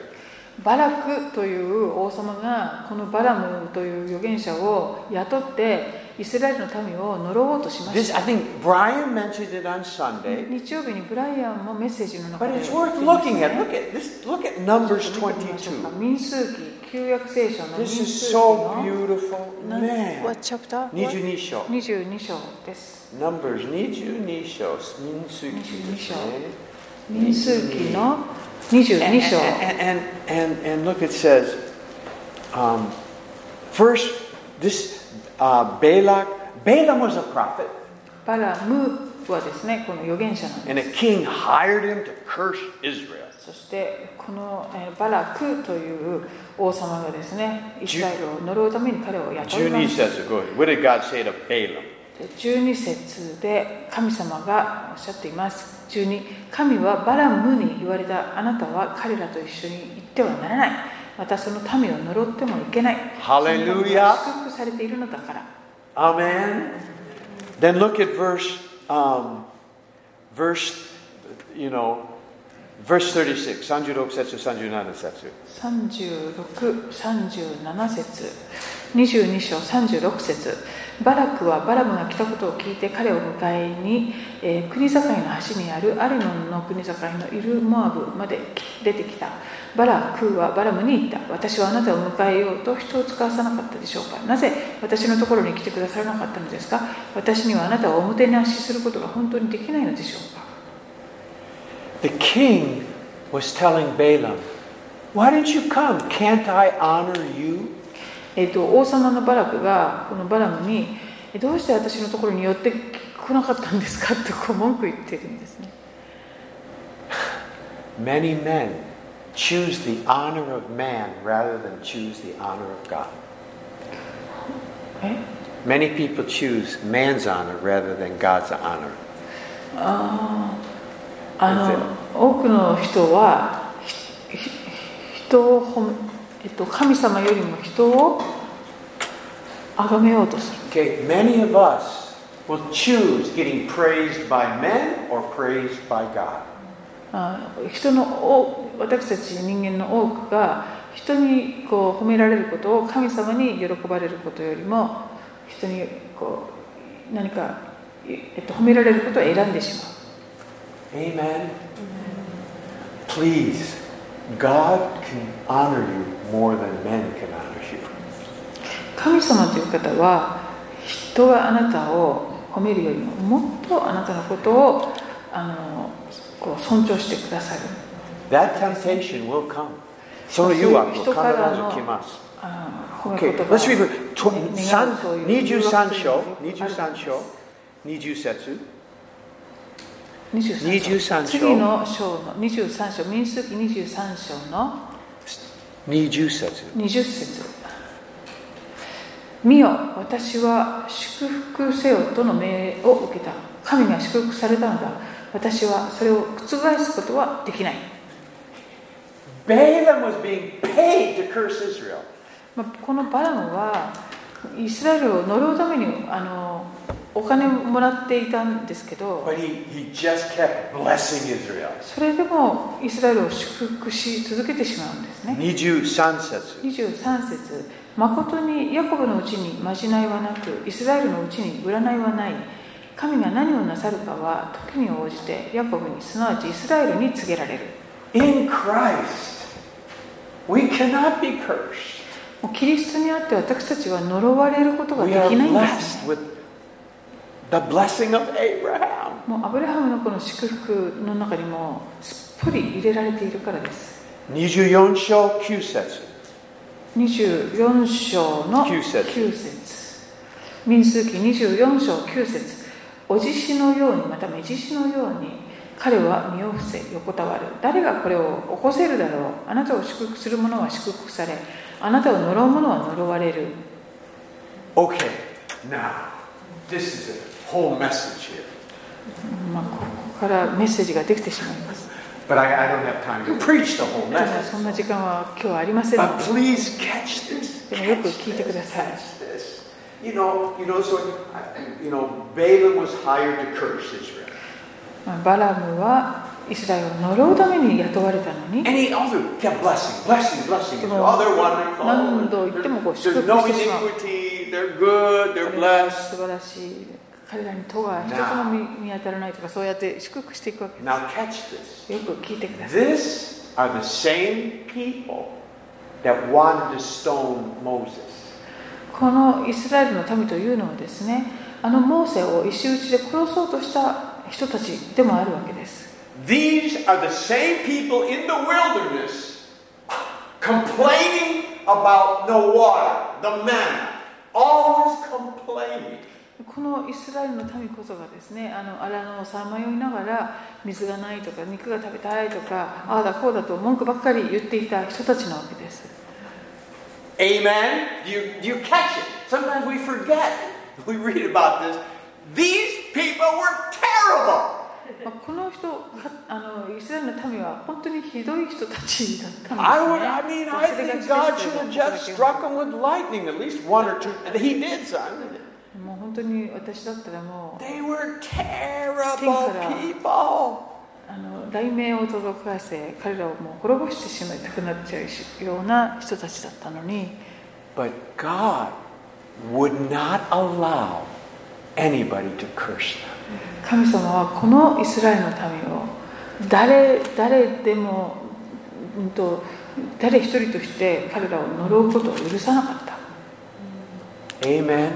バラクという王様がこのバラムという預言者を雇ってイスラエルの民を呪おうとしま
This
し
I
た
think Brian mentioned it on Sunday.
日曜日にブライアンもメッセージの中
But
で
it's worth looking at. Look at this. Look at
ち
Numbers
ょっと見てみましょうか
22.
民数記旧約聖書の民
This
数
is
記
so
の
beautiful,
何
man.
What chapter?
22章。
22章です
Numbers 22章。民数記ですね。
民数記の22章
And, and, and, and look, it says, um, first, this uh, Balak, Balaam was a prophet,
バラムはですねこの預言者なんです
and a king hired him to curse Israel.
そしてこのえーバラクという王様がですねイスラエルを呪うために彼を雇いま
12
す
節、go ahead. What did God say to Balaam?
で12節で神様がおっしゃっています12神はバラムに言われたあなたは彼らと一緒に行ってはならないまたその民を呪ってもいけない
ハレルヤ
その民は祝福されているのだから
Amen. Then look at verse, um, verse, you know, verse 36. 36節、37節。
3637節22章36節バラクはバラムが来たことを聞いて彼を迎えに、えー国境の橋にあるアリノンの国境のイルモアブまで出てきたバラクはバラムに言った私はあなたを迎えようと人を使わさなかったでしょうかなぜ私のところに来てくださらなかったのですか私にはあなたをおもてなしすることが本当にできないのでしょうか
The king was telling Balaam, Why didn't you come? Can't I honor you?
えっと王様のバラクがこのバラムにえどうして私のところに寄ってこなかったんですか ってこう文句言ってるんですね
Many men choose the honor of man rather than choose the honor of God.
え
Many people choose man's honor rather than God's honor.
あーあの多くの人はひひ人を褒め、えっと、神様よりも人を崇めようとする
Okay, many of us will choose getting praised by men or praised by God.
あー人の多私たち人間の多くが人にこう褒められることを神様に喜ばれることよりも人にこう何か、えっと、褒められることを選んでしまう
Amen. Please, God can honor you more than men can honor you.
神様という方は人があなたを褒めるよりももっとあなたのことをあのこう尊重してくださる
That temptation will come. その誘惑は必ず来ます。
あの褒め
Okay,
言葉
let's read it.
ね願うそういう
23章、
23
23章、20節。
23
23章
章次の章の23章民数記23章の
20節。
20節見よ私は祝福せよとの命令を受けた神が祝福されたのだ私はそれを覆すことはできない、
Balaam was being paid to curse Israel.
まあ、このバラムはイスラエルを呪うためにあのお金をもらっていたんですけど
But he, he just kept blessing Israel.
それでもイスラエルを祝福し続けてしまうんですね
23節。
23節誠にヤコブのうちにまじないはなくイスラエルのうちに占いはない神が何をなさるかは時に応じてヤコブにすなわちイスラエルに告げられる
In Christ, we cannot be cursed.
もうキリストにあって私たちは呪われることがで
We are
きないんです、
blessed
ね、
with the blessing of Abraham.
もうアブラハムのこの祝福の中にもすっぽり入れられているからです
24章9節
24章の
九節
九節民数記24章9節おじしのようにまた目じしのように彼は身を伏せ横たわる誰がこれを起こせるだろうあなたを祝福する者は祝福されあなたを呪う者は呪われる
Okay, now, this is a whole message here,
まあ、ここからメッセージができてしまいます
but I, I don't have time to preach the whole
ただ
message.
そんな時間は今日はありませんの
But
で
please catch this.
でも
Catch
よく聞いてくだ
this,
さい
catch this. You know, you know, so, I- you know, Balaam was hired to curse Israel.
まあバラムはイスラエルを呪うために雇われたのに
And he also kept blessing, blessing, blessing.
Come
Israel.
on.
Oh, they're wonderful.
Nando
There-
言ってもこう、
There's no
祝福してしまう。
iniquity. They're good.
彼
They're
らは
blessed.
素晴らしい彼らに戸が一つも見当たらないとかそうやって祝福していくわけで
Now catch this.
すよく聞いてください
This are the same people that wanted to stone Moses.
このイスラエルの民というのはですねあのモーセを石打ちで殺そうとした人たちでもあるわけです
These are the same people in the wilderness complaining about the water, the manna. Always complaining.
このイスラエルの民こそがですねあの荒野をさまよいながら水がないとか肉が食べたいとかああだこうだと文句ばっかり言っていた人たちなわけです
Amen. Do you, do you catch it? Sometimes we forget. We read about this. These people were terrible.
まあこの人かあのイスラエルの民は本当にひどい人たちだったんです、ね、
I would. I mean, I
忘れがちで
think
すけれ
God should have just
ど
struck them with lightning, at least one or two. And he did, son.
もう本当に私だったらもう
They were
Things
terrible
that are-
people.
あの雷鳴を届かせ彼らをもう滅ぼしてしまいたくなっちゃうような人たちだったのに
But God would not allow anybody to curse them.
神様はこのイスラエルの民を誰誰でもうんと誰一人として彼らを呪うことを許さなかった
Amen.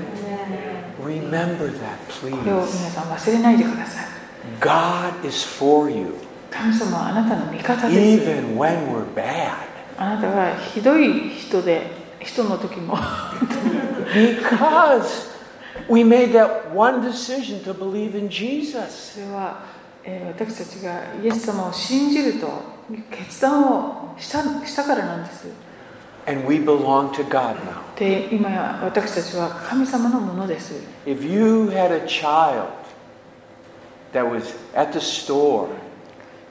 Remember that,
これを皆
please.
さん忘れないでください
God is for you,
神様はあなたの味方です
even when we're bad.
あなたがひどい人で人の時 も
Because we made that one decision to believe in Jesus.
それは、えー私たちがイエス様を信じると決断をしたしたからなんです
And we belong to God now.
で今や私たちは神様のものです
If you had a child that was at the store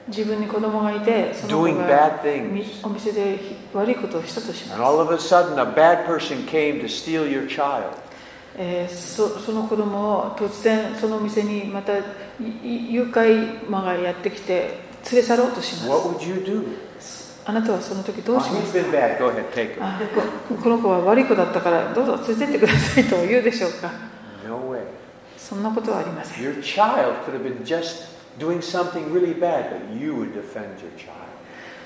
自分に子供がいてその子
doing
が
bad
み
things,
お店でひ悪いことをしたとし
and
ま
all
す、
of a sudden a bad person came to steal your child,
えーそその子供を突然そのお店にまたいい誘拐魔がやってきて連れ去ろうとし
what
ま
would you do?
すあなたはその時どうし
Oh,
ま
he's
す
been bad. Go ahead, take him.
あここの子は悪い子だったからどうぞ連れてってくださいと言うでしょうか
No way.
そんなことはありません
Your child could have been just doing something really bad, but you would defend your child.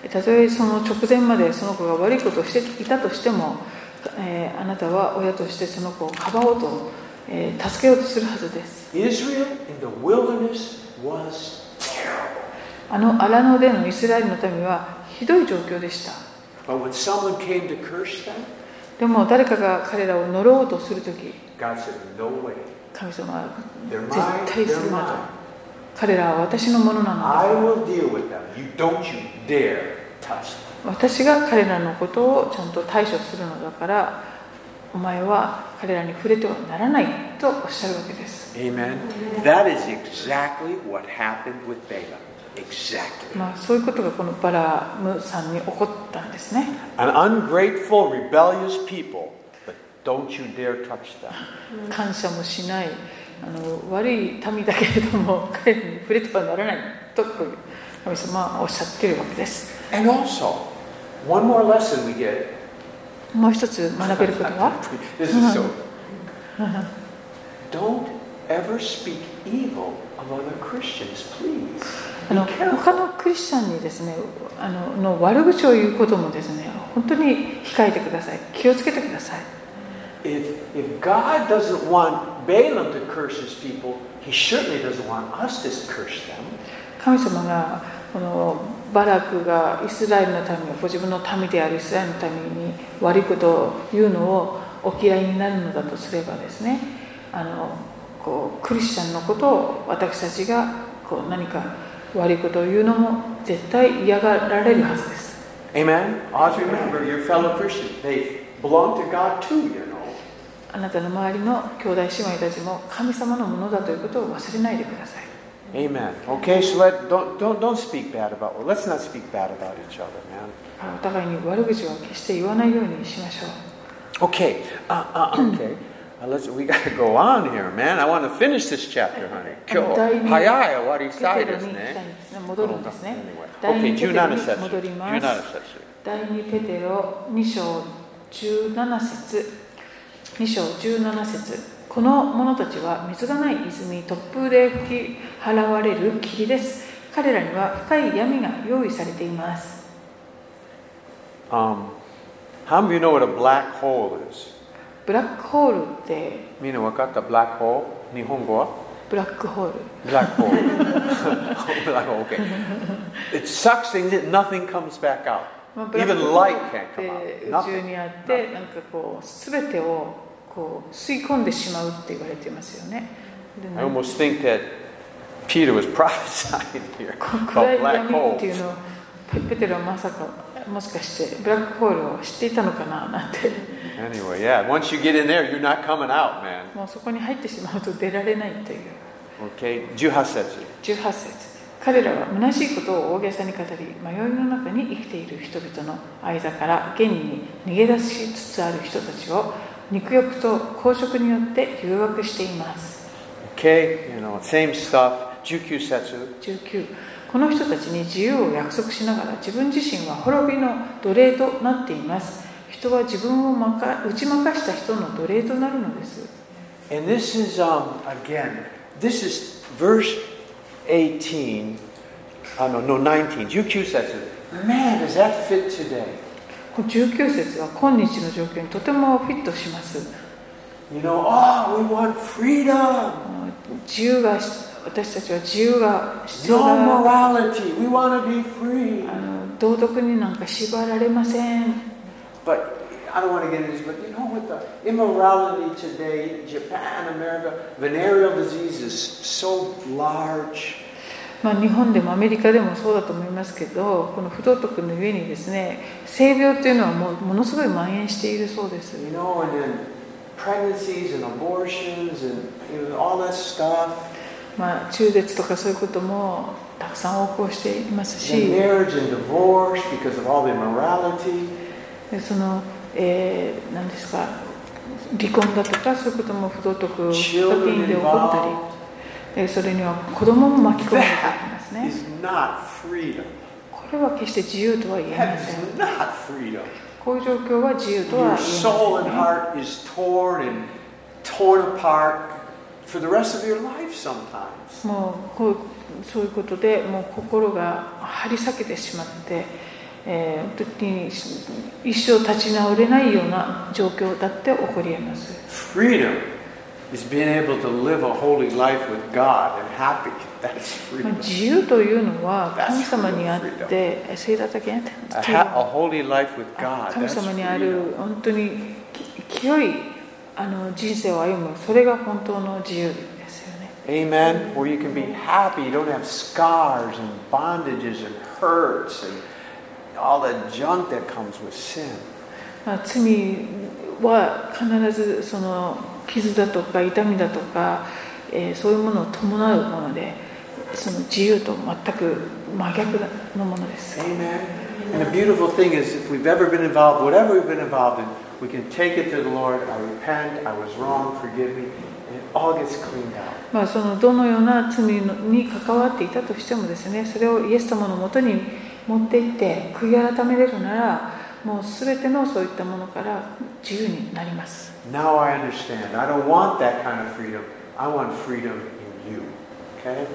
たとえその直前までその子が悪いことをしていたとしても、えーあなたは親としてその子をかばおうと、えー助けようとするはずです
Israel in the wilderness was terrible.
あの荒野でのイスラエルの民はひどい状況でした
But when someone came to curse them,
でも誰かが彼らを呪おうとするとき
God said, No way.
神様は
They're
絶
mine.
対す
They're
るな
mine.
と彼らは私のものなの
I will deal with them. You don't you dare touch them.
私が彼らのことをちゃんと対処するのだからお前は彼らに触れてはならないとおっしゃるわけです
Amen. That is exactly what happened with Balaam. Exactly.
まあ、そういうことがこのバラムさんに起こったんですね
An ungrateful, rebellious people, but don't you dare touch them.
感謝もしないあの悪い民だけれども彼らに触れてはならないとこういう神様はおっしゃっているわけです
And also, one more lesson we get
もう一つ学べることは
This is so. Don't ever speak evil of other Christians, please.
あの他のクリスチャンにですねあのの悪口を言うこともですね本当に控えてください気をつけてください
If, if God doesn't want Balaam to curse his people, he certainly doesn't want us to curse them.
神様がこのバラクがイスラエルの民をご自分の民であるイスラエルの民に悪いことを言うのをお嫌いになるのだとすればですねあのこうクリスチャンのことを私たちがこう何か悪いことを言うのも絶対嫌がられるはずです
Amen? Always remember your fellow Christians. They belong to God too, you know.
あなたの周りの兄弟姉妹たちも神様のものだということを忘れないでください
Amen. Okay, so let, don't, don't, don't speak bad about, well, let's not speak bad about each other, man.
お互いに悪口は決して言わないようにしましょう
Okay, uh, uh, okay. Uh, let's, we got to go on here, man. I want to finish this chapter, honey. 今日、
第二ペテロに来た
早い終わりしたいですね。
んですね戻るんですね
Okay,
ペテロ
17
に
節。
戻ります
17節。
第2ペテロ2章17節2章17節この者たちは水がない泉突風で吹き払われる霧です彼らには深い闇が用意されています
Um, how many of you know what a black hole is?
ブラックホールって
みんなわかった black hole? 日本語は
ブラックホール
black hole. black hole, okay. It sucks things in, nothing comes back out.
まあブラック
Even
ホ
light
ール
can't come
って
out.
宇宙
Nothing.
にあってなんかこう全てをこう吸い込んでしまうって言われてますよねで
I almost think that Peter was prophesying here
この
about
暗い
black
闇っ
holes.
ていうのをペペテロはまさかもしかしてブラックホールを知っていたのかななんて
Anyway, yeah, once you get in there, you're not coming out, man.
もうそこに入ってしまうと出られないという
Okay, 18節。
18節彼らは虚しいことを大げさに語り迷いの中に生きている人々の間から現に逃げ出しつつある人たちを肉欲と公職によって誘惑しています
Okay, you know, same stuff. 19節。
19この人たちに自由を約束しながら自分自身は滅びの奴隷となっています人は自分をまか打ち負かした人の奴隷となるのです
And this is, um, again, this is verse 18, uh, no, no, 19, 19 says it. Man, does that fit today?
この19節は今日の状況にとてもフィットします
You know, oh, we want freedom,
自由が私たちは自由が必要
no
だ
morality, we want to be free.
あの道徳になんか縛られません
But I don't want to get into this, but you know, with the immorality today, Japan, America, venereal disease is so large.
まあ、日本でもアメリカでもそうだと思いますけどこの不道徳のゆえにですね性病というのはもうものすごい蔓延しているそうです
You know, and then pregnancies and abortions and you know, all that stuff.
まあ、中絶とかそういうこともたくさん横行しています
And
し
marriage and divorce because of all the immorality.
でその、えー何ですか離婚だとかそういうことも不道徳が原
Children
因で起こったり
involved
でそれには子供も巻き込まれていきます
That
ね
is not freedom.
これは決して自由とは言えま
That
せん
is not freedom.
こういう状況は自由と
Your
は言
soul
え
and
ません、
heart
ね、
is torn and torn apart for the rest of your life sometimes.
もうこうそういうことでもう心が張り裂けてしまって、えー時に一生立ち直れないような状況だって起こりえます。
Freedom is being able to live a holy life with God and happy. That's
まあ
freedom.
自由というのは
That's
神様にあってえ聖だったけ
A, ha- a holy life with God.
神
That's
様にある
freedom.
本当にき清いあの人生を歩むそれが本当の自由ですよね
Amen. Where you can be happy, you don't have scars and bondages and hurts and all the junk that comes with sin.
まあ、罪は必ずその傷だとか痛みだとか、えーそういうものを伴うものでその自由と全く真逆のものです
Amen. And the beautiful thing is, if we've ever been involved, whatever we've been involved in, we can take it to the Lord. I repent. I was wrong. Forgive me. And it all gets cleaned out.
まあ、そのどのような罪に関わっていたとしてもですねそれをイエス様のもとに持っていって悔い改めれるならもう全てのそういったものから自由になります
Now I understand. I don't want that kind of freedom. I want freedom in you. Okay?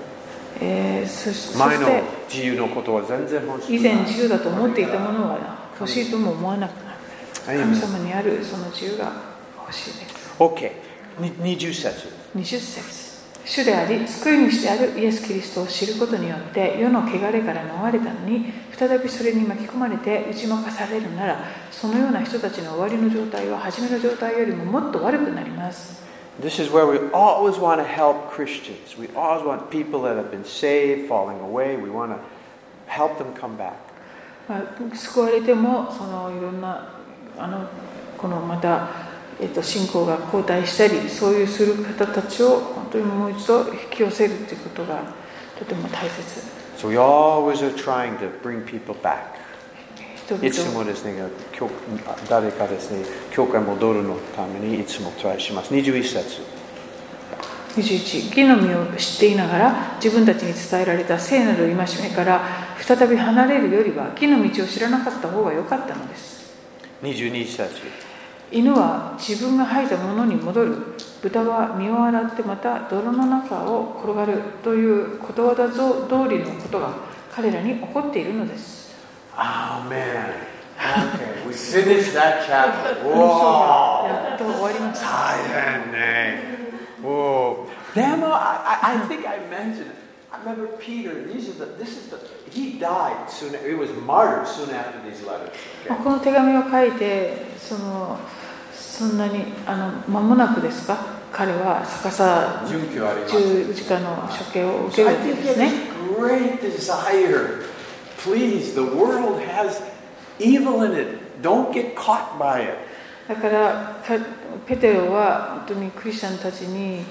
えーそしそ
前
し
の
て
自由のことは全然欲しくない
以前自由だと思っていたものは欲しいとも思わなくなる
Amen.
神様にあるその自由が欲しいです
OK に20節
20節主であり救い主であるイエス・キリストを知ることによって世の汚れから逃れたのに再びそれに巻き込まれて打ち負かされるならそのような人たちの終わりの状態は初めの状態よりももっと悪くなります
This is where we always want to help Christians. We always want people that have been saved, falling away. We want to help them come back.
まあ、救われてもそのいろんなあのこのまた、えっと、信仰が後退したりそういうする方たちを本当にもう一度引き寄せるということがとても大切
So we always are trying to bring people back.
人
いつ
々を
もですね、教誰かですね、教会に戻るのためにいつもトライします。21節。
21義の実を知っていながら自分たちに伝えられた聖なる戒めから再び離れるよりは義の道を知らなかった方が良かったのです
22節。
犬は自分が吐いたものに戻る豚は身を洗ってまた泥の中を転がるということわざ通りのことが彼らに起こっているのです
Amen. Oh, Okay, we finished that chapter.
この章がやっと終わりました
大変ね。Whoa. Demo, I, I, I think I mentioned, I remember Peter, these are the, this is the, he died soon, he was martyred soon after these letters.
まあ
Okay.
この手紙を書いてそのそんなにあの間もなくですか彼は逆さ十字架の処刑を受け
So
る
I
わけ
think
で
he
す
had
ね
this great desire. Please, the world has evil in it. Don't get caught by it.
だからかペテロは本当にクリスチャンたちに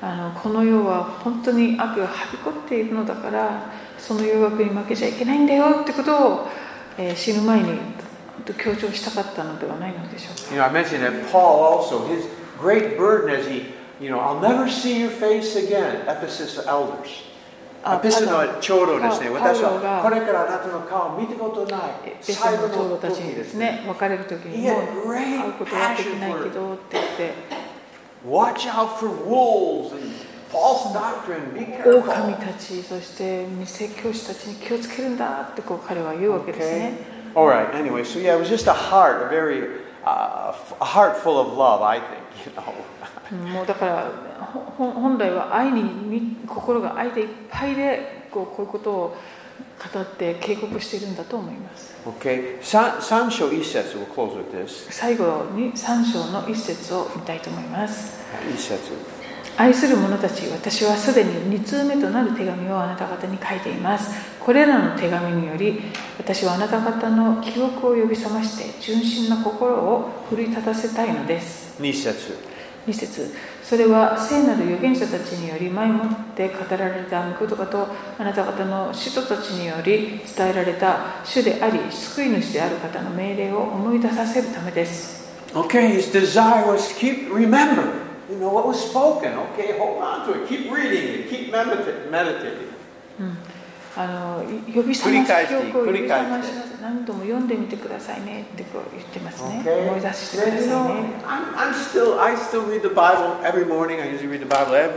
あのこの世は本当に悪がはびこっているのだからその誘惑に負けちゃいけないんだよってことを、えー死ぬ前に本当強調したかったのではないのでしょうか
You know, I mentioned that Paul also, his great burden as he, you know, I'll never see your face again, Ephesus elders.
あ
エペソの長老ですね、
パウ
私
ロ
は
パ
こ
ウロが
れからあなたの顔を見たことない
えペテ
最後
ロの長老
の
たち
時
にで
ですすね。
ね別れる時
He
にも
had
う会う
great
ことはでき
passion
ないけ
for it.
どって言って
Watch out for wolves and false doctrine, be
狼
careful.
たちそして偽教師たちに気をつけるんだってこう彼は言うわけですね、
All right, anyway, so yeah, it was just a heart, a very, uh, f- a heart full of love, I think, you know.
うんもうだからほほ本来は愛にみ心が愛でいっぱいでこうこういうことを語って警告しているんだと思います
Okay, 三三章一節 we'll close with this.
最後に3章の一節を見たいと思います
一節。
愛する者たち、私はすでに2通目となる手紙をあなた方に書いています。これらの手紙により、私はあなた方の記憶を呼び覚まして、純真な心を奮い立たせたいのです。
二節。
2節それは聖なる預言者たちにより前もって語られた御言葉とあなた方の使徒たちにより伝えられた主であり救い主である方の命令を思い出させるためです。
Okay, his desire was keep remember, you know what was spoken. Okay, hold on to it. Keep reading it. Keep medita- meditating.
あのい呼び覚
繰
ま
り返
す
して
記憶を呼
繰
び
り
覚
返
まし
して
ます何度も読んでみてくださいねってこう言ってますね、
Okay.
思い出してくだ
Then, you
さいね
know, I'm, I'm still I still read the Bible every morning. I usually read the Bible every.